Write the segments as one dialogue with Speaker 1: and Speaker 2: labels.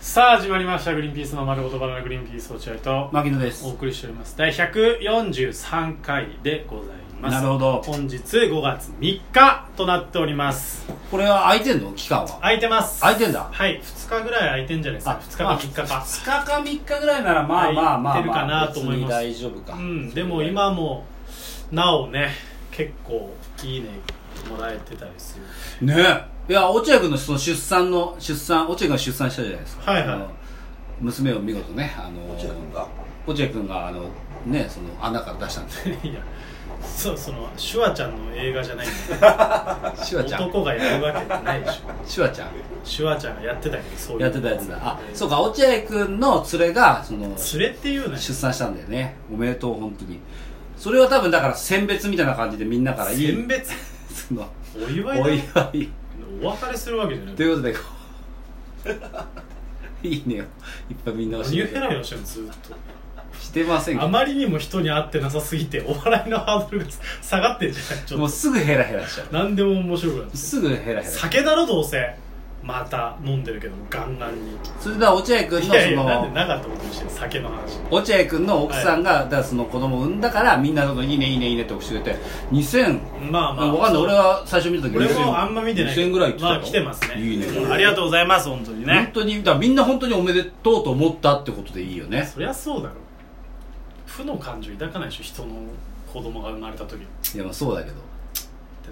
Speaker 1: さあ始まりました「グリーンピースの丸ごとバナナグリーンピース落合」と
Speaker 2: 牧野です
Speaker 1: お送りしております第143回でございます
Speaker 2: なるほど
Speaker 1: 本日5月3日となっております
Speaker 2: これは空いてんの期間は
Speaker 1: 空いてます
Speaker 2: 空いてんだ
Speaker 1: はい2日ぐらい空いてんじゃないですか2日
Speaker 2: まあ
Speaker 1: か3日か
Speaker 2: 2日か3日ぐらいならまあまあま
Speaker 1: 空
Speaker 2: あ
Speaker 1: いてる
Speaker 2: ま
Speaker 1: か
Speaker 2: あ、
Speaker 1: なと思います
Speaker 2: 別に大丈夫か、
Speaker 1: うんでも今もなおね結構いいねもらえてたりする
Speaker 2: ねえいや落合君のその出産の出産落合君が出産したじゃないですか
Speaker 1: はいはい
Speaker 2: あの娘を見事ねあの
Speaker 3: 落合君が
Speaker 2: 落合君があのねその穴から出したんですよ
Speaker 1: いやそうそのシュワちゃんの映画じゃないん
Speaker 2: シュワ
Speaker 1: で
Speaker 2: ちゃん
Speaker 1: 男がやるわけじゃないでしょ
Speaker 2: シュワちゃん
Speaker 1: シュワちゃんがやってたけどそういう
Speaker 2: やってたやつだあそうか落合君の連れがその
Speaker 1: 連れっていうね
Speaker 2: 出産したんだよねおめでとう本当にそれは多分だから選別みたいな感じでみんなからい
Speaker 1: 選
Speaker 2: い
Speaker 1: 別
Speaker 2: その
Speaker 1: お祝いだ
Speaker 2: お
Speaker 1: よ
Speaker 2: 祝い
Speaker 1: お別れするわけじゃない
Speaker 2: ということで こういいねをいっぱいみんな教
Speaker 1: ニ
Speaker 2: え
Speaker 1: ュー
Speaker 2: て
Speaker 1: ヘラの人もずっと
Speaker 2: してません
Speaker 1: あ
Speaker 2: か
Speaker 1: まりにも人に会ってなさすぎてお笑いのハードルが下がってんじゃないちょ
Speaker 2: も
Speaker 1: っ
Speaker 2: うすぐヘラヘラしちゃ
Speaker 1: と何でも面白くなって
Speaker 2: うすぐヘラヘラ
Speaker 1: 酒だろどうせまた飲んでるけどもガンガンに
Speaker 2: それでは落合君の
Speaker 1: い
Speaker 2: そ
Speaker 1: やいやなんで
Speaker 2: の
Speaker 1: 長友としてる酒の話
Speaker 2: 落合君の奥さんが、だからその子供を産んだからみんなのいいねいいねいいねって教えて2000
Speaker 1: まあ
Speaker 2: わ
Speaker 1: まあ
Speaker 2: かんない俺は最初見た時
Speaker 1: 俺
Speaker 2: 2000
Speaker 1: もあんま見てないけど
Speaker 2: 2000ぐらい来たよ
Speaker 1: まあ来てますね
Speaker 2: いいね
Speaker 1: ありがとうございます本当に
Speaker 2: 本
Speaker 1: ね
Speaker 2: 当にだからみんな本当におめでとうと思ったってことでいいよね
Speaker 1: そりゃそうだろ負の感情抱かないでしょ人の子供が生まれた時って
Speaker 2: いやまあそうだけど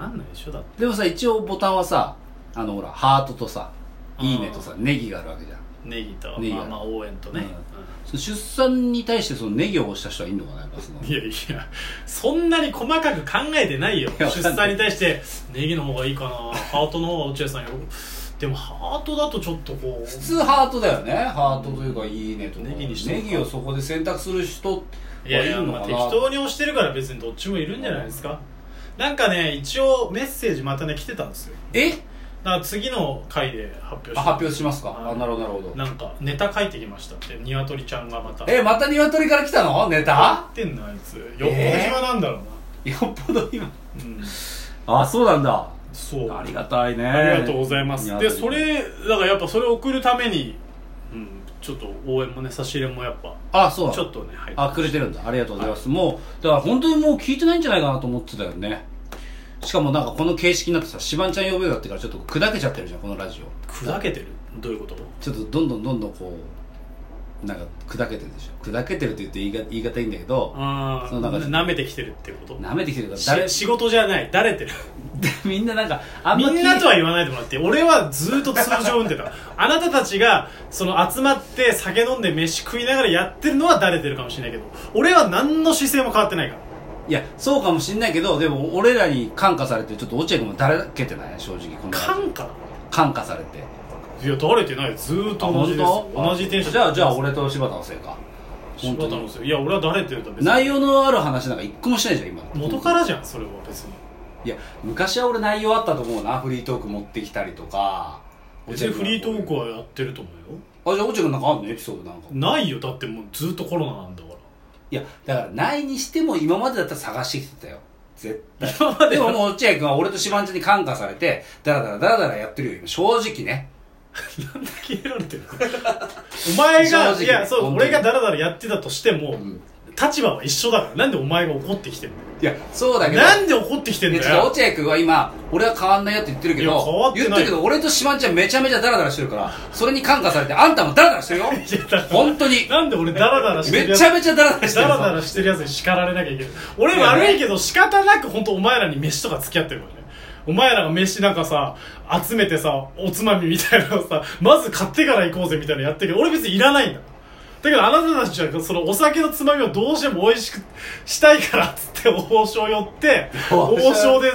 Speaker 1: なんないでしょだって
Speaker 2: でもさ一応ボタンはさあのほらハートとさ
Speaker 1: あー
Speaker 2: いいねとさネギがあるわけじゃん
Speaker 1: ネギと
Speaker 2: ネギ
Speaker 1: まあまあ応援とね、
Speaker 2: その出産に対してそのネギを押した人はいんのかなやっぱその
Speaker 1: いやいやそんなに細かく考えてないよ
Speaker 2: いやわ
Speaker 1: 出
Speaker 2: かんない
Speaker 1: 産に対してネギの方がいいかなハートの方が落合さんよでもハートだとちょっとこ
Speaker 2: 普
Speaker 1: う
Speaker 2: 通ハートだよねハートというかいいねとか
Speaker 1: ネギにしても
Speaker 2: ネギをそこで選択する人はい
Speaker 1: いやいや
Speaker 2: いの
Speaker 1: まあ
Speaker 2: か
Speaker 1: 適
Speaker 2: な
Speaker 1: 当に押してるから別にどっちもいるんじゃないですかなんかね一応メッセージまたね来てたんですよ
Speaker 2: え
Speaker 1: だから次の回で発表
Speaker 2: あ発表しますか
Speaker 1: はい
Speaker 2: あなるほどなるほど
Speaker 1: なんかネタ書いてきましたってニワトリちゃんがまた
Speaker 2: えまた鶏から来たのネタ
Speaker 1: やってんのあいつよっぽど暇なんだろうな、
Speaker 2: よっぽど今
Speaker 1: うん
Speaker 2: あそうなんだ
Speaker 1: そう
Speaker 2: ありがたいね
Speaker 1: ありがとうございます。で、
Speaker 2: 鶏
Speaker 1: それ、だからやっぱそれを送るために、うん、ちょっと応援もね、差し入れもやっぱ、
Speaker 2: あそうなの
Speaker 1: ちょっとね、入って
Speaker 2: あくれてるんだありがとうございます、もうだから本当にもう聞いてないんじゃないかなと思ってたよねしかもなんかこの形式になってさしばんちゃん呼ぶようになってからちょっと砕けちゃってるじゃんこのラジオ
Speaker 1: 砕けてるどういうこと
Speaker 2: ちょっとどんどんどんどんこうなんか砕けてるでしょ砕けてるって言って言いが言い方いいんだけど
Speaker 1: ああ、
Speaker 2: そうなんか
Speaker 1: 舐めてきてるってこと
Speaker 2: 舐めてきてるから
Speaker 1: し
Speaker 2: 誰
Speaker 1: 仕事じゃない、だれてる。
Speaker 2: みんななんかあんま
Speaker 1: み
Speaker 2: 聞い
Speaker 1: んなとは言わないでもらって、俺はずっと通常運転 だ。あなたたちが、その集まって酒飲んで飯食いながらやってるのはだれてるかもしれないけど、俺は何の姿勢も変わってないから。
Speaker 2: いやそうかもしんないけどでも俺らに感化されてちょっと落合君もだらけてない正直この
Speaker 1: 感化
Speaker 2: 感化されて
Speaker 1: いや、だれてない。ずーっと同じです
Speaker 2: あ
Speaker 1: よ。
Speaker 2: 本当
Speaker 1: 同じテンション。
Speaker 2: じゃあじゃあ俺と柴田のせいか
Speaker 1: 柴田のせいいや俺は誰って言うと別に
Speaker 2: 内容のある話なんか一個もしないじゃん今の
Speaker 1: 元からじゃんそれは別に
Speaker 2: いや昔は俺内容あったと思うなフリートーク持ってきたりとか
Speaker 1: 別にフリートークはやってると思うよ
Speaker 2: あじゃあ落合君なんかあんのエピソードなんか
Speaker 1: ないよだってもうずっとコロナなんだか
Speaker 2: いやだからないにしても今までだったら探してきてたよ絶対
Speaker 1: ら今ま
Speaker 2: でももう落合君は俺とシバンちゃんに感化されてダラダラダラダラやってるよ今正直ね
Speaker 1: なんで消えられてるのお前
Speaker 2: 正直
Speaker 1: が
Speaker 2: ね
Speaker 1: いやそう
Speaker 2: 本当に
Speaker 1: 俺がダラダラやってたとしても、
Speaker 2: ん
Speaker 1: 立場は一緒だからなんでお前が怒ってきてん
Speaker 2: いやそうだ
Speaker 1: だ
Speaker 2: け
Speaker 1: よ
Speaker 2: ど
Speaker 1: なんで怒ってきてん
Speaker 2: いや
Speaker 1: だ
Speaker 2: 違う
Speaker 1: よ
Speaker 2: 落合君は今俺は変わんないよって言ってるけ
Speaker 1: いや変わ
Speaker 2: ど
Speaker 1: って
Speaker 2: 言
Speaker 1: な
Speaker 2: っ
Speaker 1: い
Speaker 2: てるけど俺とシバンちゃんめちゃめちゃダラダラしてるからそれに感化されてあんたもダラダ ラしてるよ本当に
Speaker 1: なんで俺ダラダラしてる
Speaker 2: め
Speaker 1: やつ
Speaker 2: ちゃめちゃダラダラして
Speaker 1: ダ
Speaker 2: る
Speaker 1: ラ
Speaker 2: よ
Speaker 1: ダラしてるやつに叱られなきゃいけない俺悪いけど仕方なく本当お前らに飯とか付き合ってるからねお前らが飯なんかさ集めてさおつまみみたいなのをさまず買ってから行こうぜみたいなのやってるけど俺別にいらないんだだけどあなたたちはそのお酒のつまみをどうしても美味しくしたいからっつって王将寄って
Speaker 2: 王将
Speaker 1: 王将で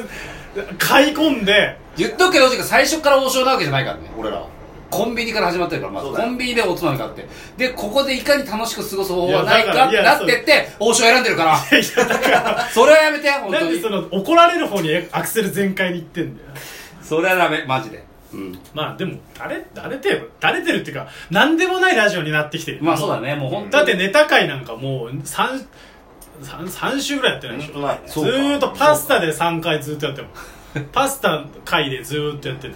Speaker 1: 買い込んで
Speaker 2: 言っとくけど、落合君最初から王将なわけじゃないからね。
Speaker 3: 俺らは
Speaker 2: コンビニから始まってるから、まず。
Speaker 3: そうだ
Speaker 2: コ
Speaker 3: よ
Speaker 2: ンビニでおつまみ買って。で、ここでいかに楽しく過ごす方法はい
Speaker 1: や
Speaker 2: ない
Speaker 1: だか
Speaker 2: か
Speaker 1: ら
Speaker 2: っ
Speaker 1: いや
Speaker 2: てなってって、王将選んでるから。
Speaker 1: いやだから
Speaker 2: それはやめて、本
Speaker 1: な
Speaker 2: 当
Speaker 1: んで
Speaker 2: に
Speaker 1: そ。の怒られる方にアクセル全開に行ってんだよ
Speaker 2: それはダメ、マジで。うん。
Speaker 1: まあでも誰誰てる誰てるっていうか何でもないラジオになってきてる
Speaker 2: まあそうだね、もう本当
Speaker 1: だっ
Speaker 2: に。
Speaker 1: てネタ会なんかもう 3, 3, 3週ぐらいやってないでしょ
Speaker 3: 本当ないね
Speaker 1: ずーっとパスタで3回ずーっとやってもんパスタ会でずーっとやってて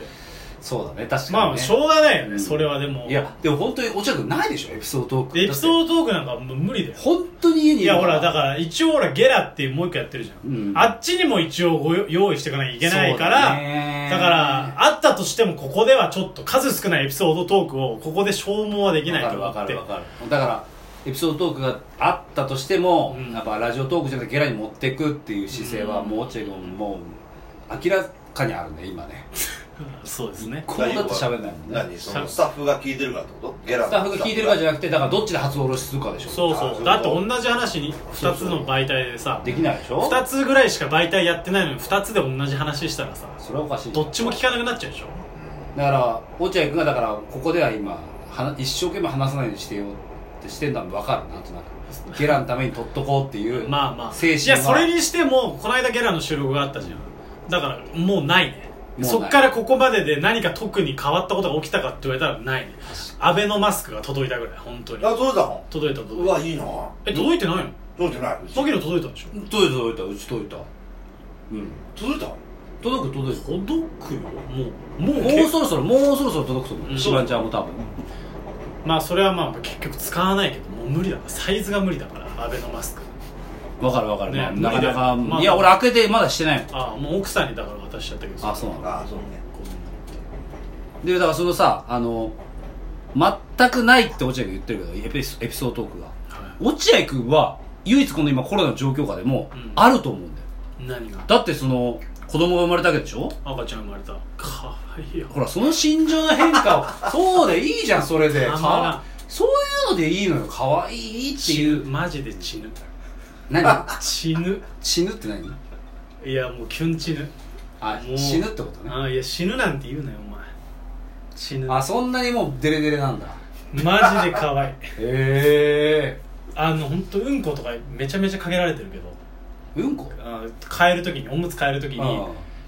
Speaker 2: そうだね確かに、ね、
Speaker 1: まあしょうがないよね、
Speaker 2: うん
Speaker 1: それはでも
Speaker 2: いやでも本当に落合君ないでしょエピソードトーク
Speaker 1: エピソ
Speaker 2: ー
Speaker 1: ードトークなんかもう無理だよ
Speaker 2: 本当に家に
Speaker 1: いやほらだ
Speaker 2: か
Speaker 1: から一応ほらゲラっていうもう一個やってるじゃん、
Speaker 2: うん
Speaker 1: あっちにも一応ご用用意していかなきゃいけないから
Speaker 2: そうだね
Speaker 1: だからあったとしてもここではちょっと数少ないエピソードトークをここで消耗はでき
Speaker 2: わ
Speaker 1: ない
Speaker 2: か
Speaker 1: と
Speaker 2: る
Speaker 1: 思
Speaker 2: わか
Speaker 1: っ
Speaker 2: る
Speaker 1: て
Speaker 2: わかるだからエピソードトークがあったとしても、
Speaker 1: うん
Speaker 2: やっぱラジオトークじゃなくてゲラに持っていくっていう姿勢は、もう落合君もう明らかにあるね今ね
Speaker 1: そうですね
Speaker 2: こうだって喋んないもんね
Speaker 3: 何そのスタッフが聞いてるからってことゲラ
Speaker 2: スタッフが聞いてるからじゃなくてだからどっちで初おろしするかでしょ
Speaker 1: そう
Speaker 3: あ
Speaker 1: そ
Speaker 3: そうう
Speaker 1: だって同じ話に2つの媒体でさ
Speaker 2: できないでしょ
Speaker 1: 2つぐらいしか媒体やってないのに2つで同じ話したらさ
Speaker 2: それはおかしい
Speaker 1: どっちも聞かなくなっちゃうでしょ
Speaker 2: だから落合君がだからここでは今は一生懸命話さないようにしてようってしてんだも分かるなんとなくゲラのために取っとこうっていう
Speaker 1: まあまあ
Speaker 2: 精神はい
Speaker 1: やそれにしてもこの間ゲラの収録があったじゃんだからもうないね
Speaker 2: もうない
Speaker 1: そっからここまでで何か特に変わったことが起きたかって言われたらないねアベノマスクが届いたぐらい本当に
Speaker 3: あ届いたの
Speaker 1: 届いた届
Speaker 3: う
Speaker 1: いた
Speaker 3: わいいな
Speaker 1: え届いてないの
Speaker 3: 届いてないうち
Speaker 1: 槙野届いたんでしょ
Speaker 2: 届いた届いたうち届いたうん
Speaker 3: 届いたの
Speaker 2: 届く届く
Speaker 1: 届くよもうもう
Speaker 2: もう
Speaker 1: 結
Speaker 2: そろそろもうそろそろ届くと思
Speaker 1: う
Speaker 2: うんしばんちゃんも多分
Speaker 1: まあそれはまあ結局使わないけどもう無理だからサイズが無理だからアベノマスク
Speaker 2: 分かる分かる、
Speaker 1: ね
Speaker 2: まあなかなか、
Speaker 1: 無理だよまあ
Speaker 2: いや俺開けてまだしてないもん
Speaker 1: ああもう奥さんにだから渡しちゃったけど
Speaker 2: あそうなの
Speaker 3: ああそうね
Speaker 2: でだからそのさあの全くないって落合君言ってるけどエピエピソードトークが
Speaker 1: は
Speaker 2: 落合君は唯一この今コロナの状況下でも
Speaker 1: うん
Speaker 2: あると思うんだよ、
Speaker 1: い何が
Speaker 2: だってその子供が生まれたわけでしょ
Speaker 1: 赤ちゃん生まれたかわいいよ
Speaker 2: ほらその心情の変 化をそうでいいじゃんそれで
Speaker 1: たまらん
Speaker 2: かそういうのでいいのよかわいいって
Speaker 1: 死
Speaker 2: い
Speaker 1: ぬ
Speaker 2: う
Speaker 1: マジで死ぬ
Speaker 2: 何
Speaker 1: 死ぬ
Speaker 2: 死ぬって何
Speaker 1: いやもうキュン死ぬ
Speaker 2: あ
Speaker 1: もう
Speaker 2: 死ぬってことね
Speaker 1: ああいや死ぬなんて言うなよお前死ぬ
Speaker 2: あそんなにもうデレデレなんだ
Speaker 1: マジで可愛い
Speaker 2: へえ
Speaker 1: あの本当うんことかめちゃめちゃかけられてるけど
Speaker 2: うんこ
Speaker 1: あ変える時におむつ変える時に
Speaker 2: あ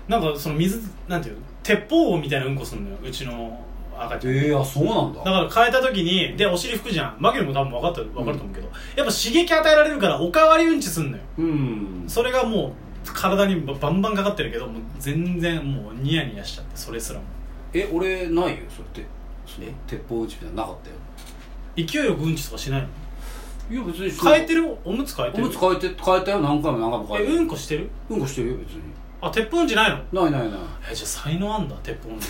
Speaker 1: なんかその水なんていうの鉄砲王みたいなうんこすんのようちの赤ちゃん
Speaker 2: ええあそうなん
Speaker 1: だ
Speaker 2: だ
Speaker 1: から変えた時にでお尻拭くじゃんマキロも多分分かった分かると思うけど、やっぱ刺激与えられるからおかわりうんちすんのよ
Speaker 2: うん
Speaker 1: それがもう体にバンバンかかってるけどもう全然もうニヤニヤしちゃってそれすらも
Speaker 2: え俺ないよそれってえ鉄砲打ちみたいなのなかったよ
Speaker 1: 勢いよくうんちとかしないの
Speaker 2: いや別にその
Speaker 1: 変えてるおむつ変えて
Speaker 2: お
Speaker 1: る
Speaker 2: むつ変えて変えたよ何回も何回
Speaker 1: え
Speaker 2: も変えた
Speaker 1: う
Speaker 2: よ
Speaker 1: んこしてる
Speaker 2: うんこしてるよ別に
Speaker 1: あ鉄砲うんちないの
Speaker 2: ないないない
Speaker 1: えじゃあ才能あんだ鉄砲うんち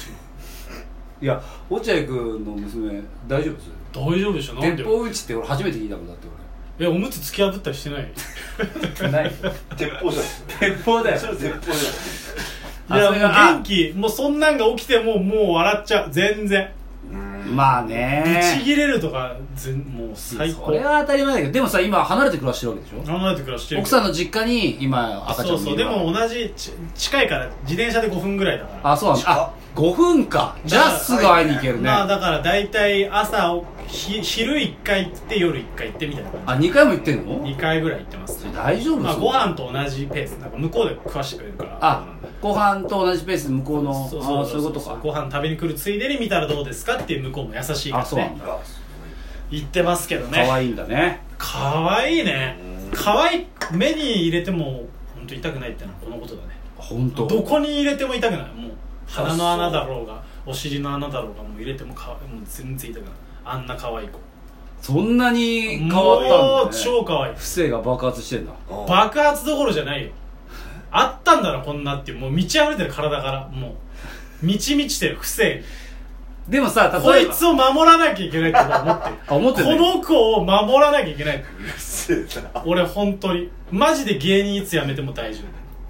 Speaker 2: いや落合君の娘大丈夫です
Speaker 1: 大丈夫でしょなんで
Speaker 2: 鉄
Speaker 1: よ
Speaker 2: 砲打ちって俺初めて聞いたもんだって
Speaker 1: えおむつ突き破ったりしてない
Speaker 2: 俺 ない
Speaker 3: 鉄砲じゃん
Speaker 2: 鉄砲だよ
Speaker 3: それ鉄砲
Speaker 1: い
Speaker 3: じ
Speaker 1: や
Speaker 2: あそ
Speaker 1: もう
Speaker 2: れが
Speaker 1: 元気もうそんなんが起きてももう笑っちゃう全然
Speaker 3: ゃんうん
Speaker 2: まあ
Speaker 1: ぶち
Speaker 2: ね
Speaker 1: 切れるとか全もう最
Speaker 2: そ
Speaker 1: 高
Speaker 2: れは当たり前だけどでもさ今離れて暮らしてるわけでしょ
Speaker 1: 頑張って暮らしてる
Speaker 2: 奥さんの実家に今赤ちゃん
Speaker 1: そうそうでも同じち近いから自転車で5分ぐらいだから
Speaker 2: あそうなんだあ5分かじゃあすぐ会いに行けるね
Speaker 1: まあ
Speaker 2: あ
Speaker 1: だから大体朝をひ昼1回行って夜1回行ってみたいな感
Speaker 2: 2回も行ってん
Speaker 1: じ
Speaker 2: の
Speaker 1: 2回ぐらい行ってます
Speaker 2: そ
Speaker 1: ね
Speaker 2: れ大丈夫
Speaker 1: まあ
Speaker 2: それ
Speaker 1: ご飯と同じペースなんか向こうで食わしてくれるから
Speaker 2: あご飯と同じペースで向こうの
Speaker 1: そうそ
Speaker 2: あ
Speaker 1: う
Speaker 2: そういうことか
Speaker 1: ご飯食べに来るついでに見たらどうですかっていう向こうも優しいから
Speaker 2: あそうなん
Speaker 1: ね
Speaker 2: だ
Speaker 3: あ
Speaker 1: 言ってますけどね
Speaker 2: 可愛いんだね
Speaker 1: かわいいねかわいい目に入れても本当痛くないってのはこのことだね
Speaker 2: 本当
Speaker 1: どこに入れても痛くないもう鼻の穴だろうがお尻の穴だろうがもう入れてもかわもう全然痛くないあんな可愛い子
Speaker 2: そんなに変わった
Speaker 1: も
Speaker 2: ん
Speaker 1: う
Speaker 2: だね
Speaker 1: 超可愛い
Speaker 2: 不正が爆発してんだ
Speaker 3: うん
Speaker 1: 爆発どころじゃないよあったんだなこんなっていうもう満ち溢れてる体からもう満ち満ちてる不正
Speaker 2: でもさ
Speaker 1: こ
Speaker 2: 例え
Speaker 1: い
Speaker 2: ば
Speaker 1: つを守らなきゃいけないって俺は思ってる
Speaker 2: あ思って
Speaker 1: こ
Speaker 2: る
Speaker 1: の子を守らなきゃいけないって
Speaker 3: 失礼だな
Speaker 1: 俺本当にマジで芸人いつ辞めても大丈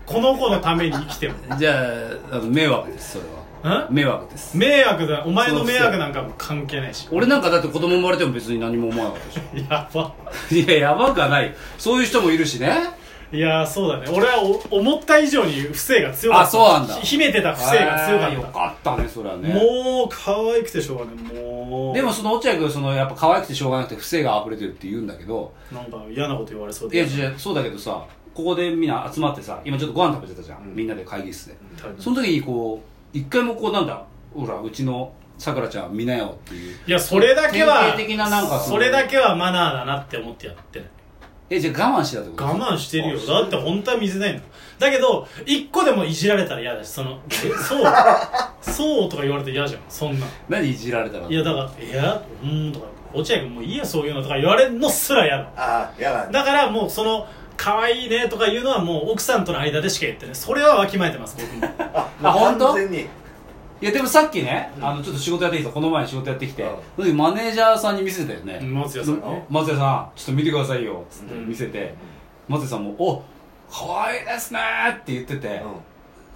Speaker 1: 夫この子のために生きても
Speaker 2: じゃああの迷惑ですそれは
Speaker 1: ん
Speaker 2: 迷惑です
Speaker 1: 迷惑だお前の迷惑なんかも関係ないし
Speaker 2: 俺なんかだって子供生まれても別に何も思わなかったでし
Speaker 1: やば
Speaker 2: ょ いややばくはないそういう人もいるしね
Speaker 1: いやーそうだね俺はお思った以上に不正が強かった
Speaker 2: あそうなんだ
Speaker 1: ひ秘めてた不正が強か
Speaker 2: あーよ
Speaker 1: っ
Speaker 2: かったねそれは
Speaker 1: た、
Speaker 2: ね
Speaker 1: もう可愛くてしょうがないもう
Speaker 2: でもその落合君そのやっぱ可愛くてしょうがなくて不正が溢れてるって言うんだけど
Speaker 1: なんか嫌なこと言われそう
Speaker 2: い
Speaker 1: で
Speaker 2: やじゃそうだけどさここでみんな集まってさ今ちょっとご飯食べてたじゃん、
Speaker 3: うん
Speaker 2: みんなで会議室で
Speaker 1: 多分
Speaker 2: その時にこう一回もこうなんだほらうちのさくらちゃん見なよっていう
Speaker 1: いやそれだけは
Speaker 2: 典型的ななんかそ
Speaker 1: そ
Speaker 2: の
Speaker 1: れだけはマナーだなって思ってやってる
Speaker 2: えじゃあ我慢してたってこと
Speaker 1: 我慢してるよ
Speaker 3: あ
Speaker 1: だって本当は水ないのだけど一個でもいじられたら嫌だしその えそうそうとか言われて嫌じゃんそんなん
Speaker 2: 何いじられたら
Speaker 1: いやだから「いやうーん」とか「落合君もういいやそういうの」とか言われるのすら嫌だ
Speaker 3: ああ、やだね。
Speaker 1: だからもうその可愛いねとかいうのはもう奥さんとの間でしか言ってないそれはわきまえてます僕も
Speaker 2: あ本当
Speaker 3: 完全に。
Speaker 2: いやでもさっきね、
Speaker 1: うん
Speaker 2: あのちょっと仕事やってきたこの前仕事やってきて、
Speaker 3: うん
Speaker 2: その時マネージャーさんに見せたよね、
Speaker 1: 松屋さんね
Speaker 2: 松屋さんちょっと見てくださいよっつって
Speaker 1: うん
Speaker 2: 見せて、松屋さんも「お可愛いですね」って言ってて、
Speaker 3: う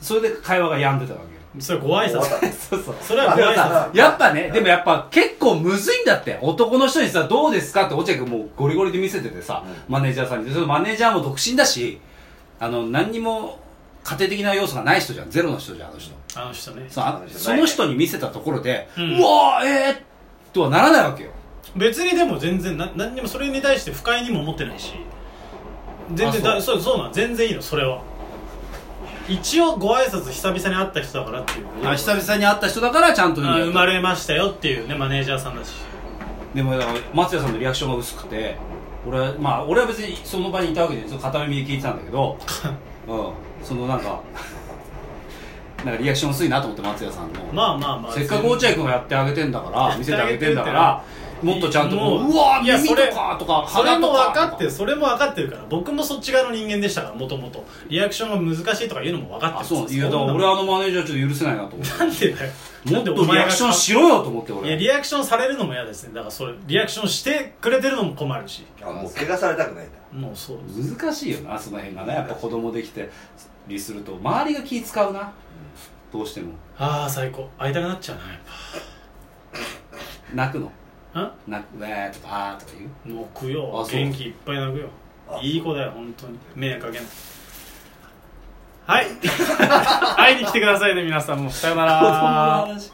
Speaker 2: それで会話が止んでたわけよ
Speaker 1: それご挨
Speaker 3: ん。
Speaker 1: 拶
Speaker 2: そうそう
Speaker 1: それはご挨拶
Speaker 2: やっぱね、でもやっぱ結構むずいんだって男の人にさ「どうですか?」って落合君もうゴリゴリで見せててさ、
Speaker 3: う
Speaker 2: マネージャーさんにでそのマネージャーも独身だしあの何にも家庭的な要素がない人じゃんゼロの人じゃんあの人
Speaker 1: あの人ね
Speaker 2: そあ
Speaker 3: そうです
Speaker 2: そ
Speaker 3: ね
Speaker 2: の人に見せたところで、う
Speaker 1: うん
Speaker 2: わーえー、とはならないわけよ
Speaker 1: 別にでも全然な何にもそれに対して不快にも思ってないし全然
Speaker 2: あ
Speaker 1: だそうそうなん全然いいのそれは一応ご挨拶久々に会った人だからっていう
Speaker 2: あ久々に会った人だからちゃんと
Speaker 1: あ生ま
Speaker 2: れ
Speaker 1: れましたよっていうねマネージャーさんだし
Speaker 2: でもだから松屋さんのリアクションが薄くて俺はまあ俺は別にその場にいたわけじゃないその片耳で聞いてたんだけ ど、うん、そのなんか なんかリアクション薄いなと思って松屋さんの、
Speaker 1: まあまあまあ
Speaker 2: せっかく落合君がやってあげてんだから見せてあげてんだか
Speaker 1: やっ
Speaker 2: らもっとちゃんとこう
Speaker 1: もう
Speaker 2: うわー
Speaker 1: いや
Speaker 2: 耳と
Speaker 1: それ
Speaker 2: かとか
Speaker 1: それ
Speaker 2: 鼻
Speaker 1: も
Speaker 2: とか
Speaker 1: 分かってるそれも分かってるから僕もそっち側の人間でしたからもともとリアクションが難しいとかいうのも分かってる
Speaker 2: あそうい
Speaker 1: ん
Speaker 2: や
Speaker 1: な
Speaker 2: だから俺はあのマネージャーちょっと許せないなと思って
Speaker 1: なんでだよ
Speaker 2: もっとリアクションしろよと思って
Speaker 1: いや
Speaker 2: 俺
Speaker 1: リアクションされるのも嫌ですねだからそれリアクションしてくれてるのも困るし
Speaker 3: あ、もう怪我されたくないんだ。
Speaker 1: もうそう
Speaker 2: 難しいよなその辺がねやっぱ子供できてりすると周りが気使うなどうしても
Speaker 1: ああ最高会いたくなっちゃうなやっ
Speaker 2: 泣くの
Speaker 1: ぱん
Speaker 2: 泣くねーとかあーとか言う
Speaker 1: 泣くよ
Speaker 2: あそう
Speaker 1: 元気いっぱい泣くよ
Speaker 3: あ
Speaker 1: いい子だよ本当に迷惑かけない はい会いに来てくださいね皆さんもうさよなら
Speaker 2: 子供の話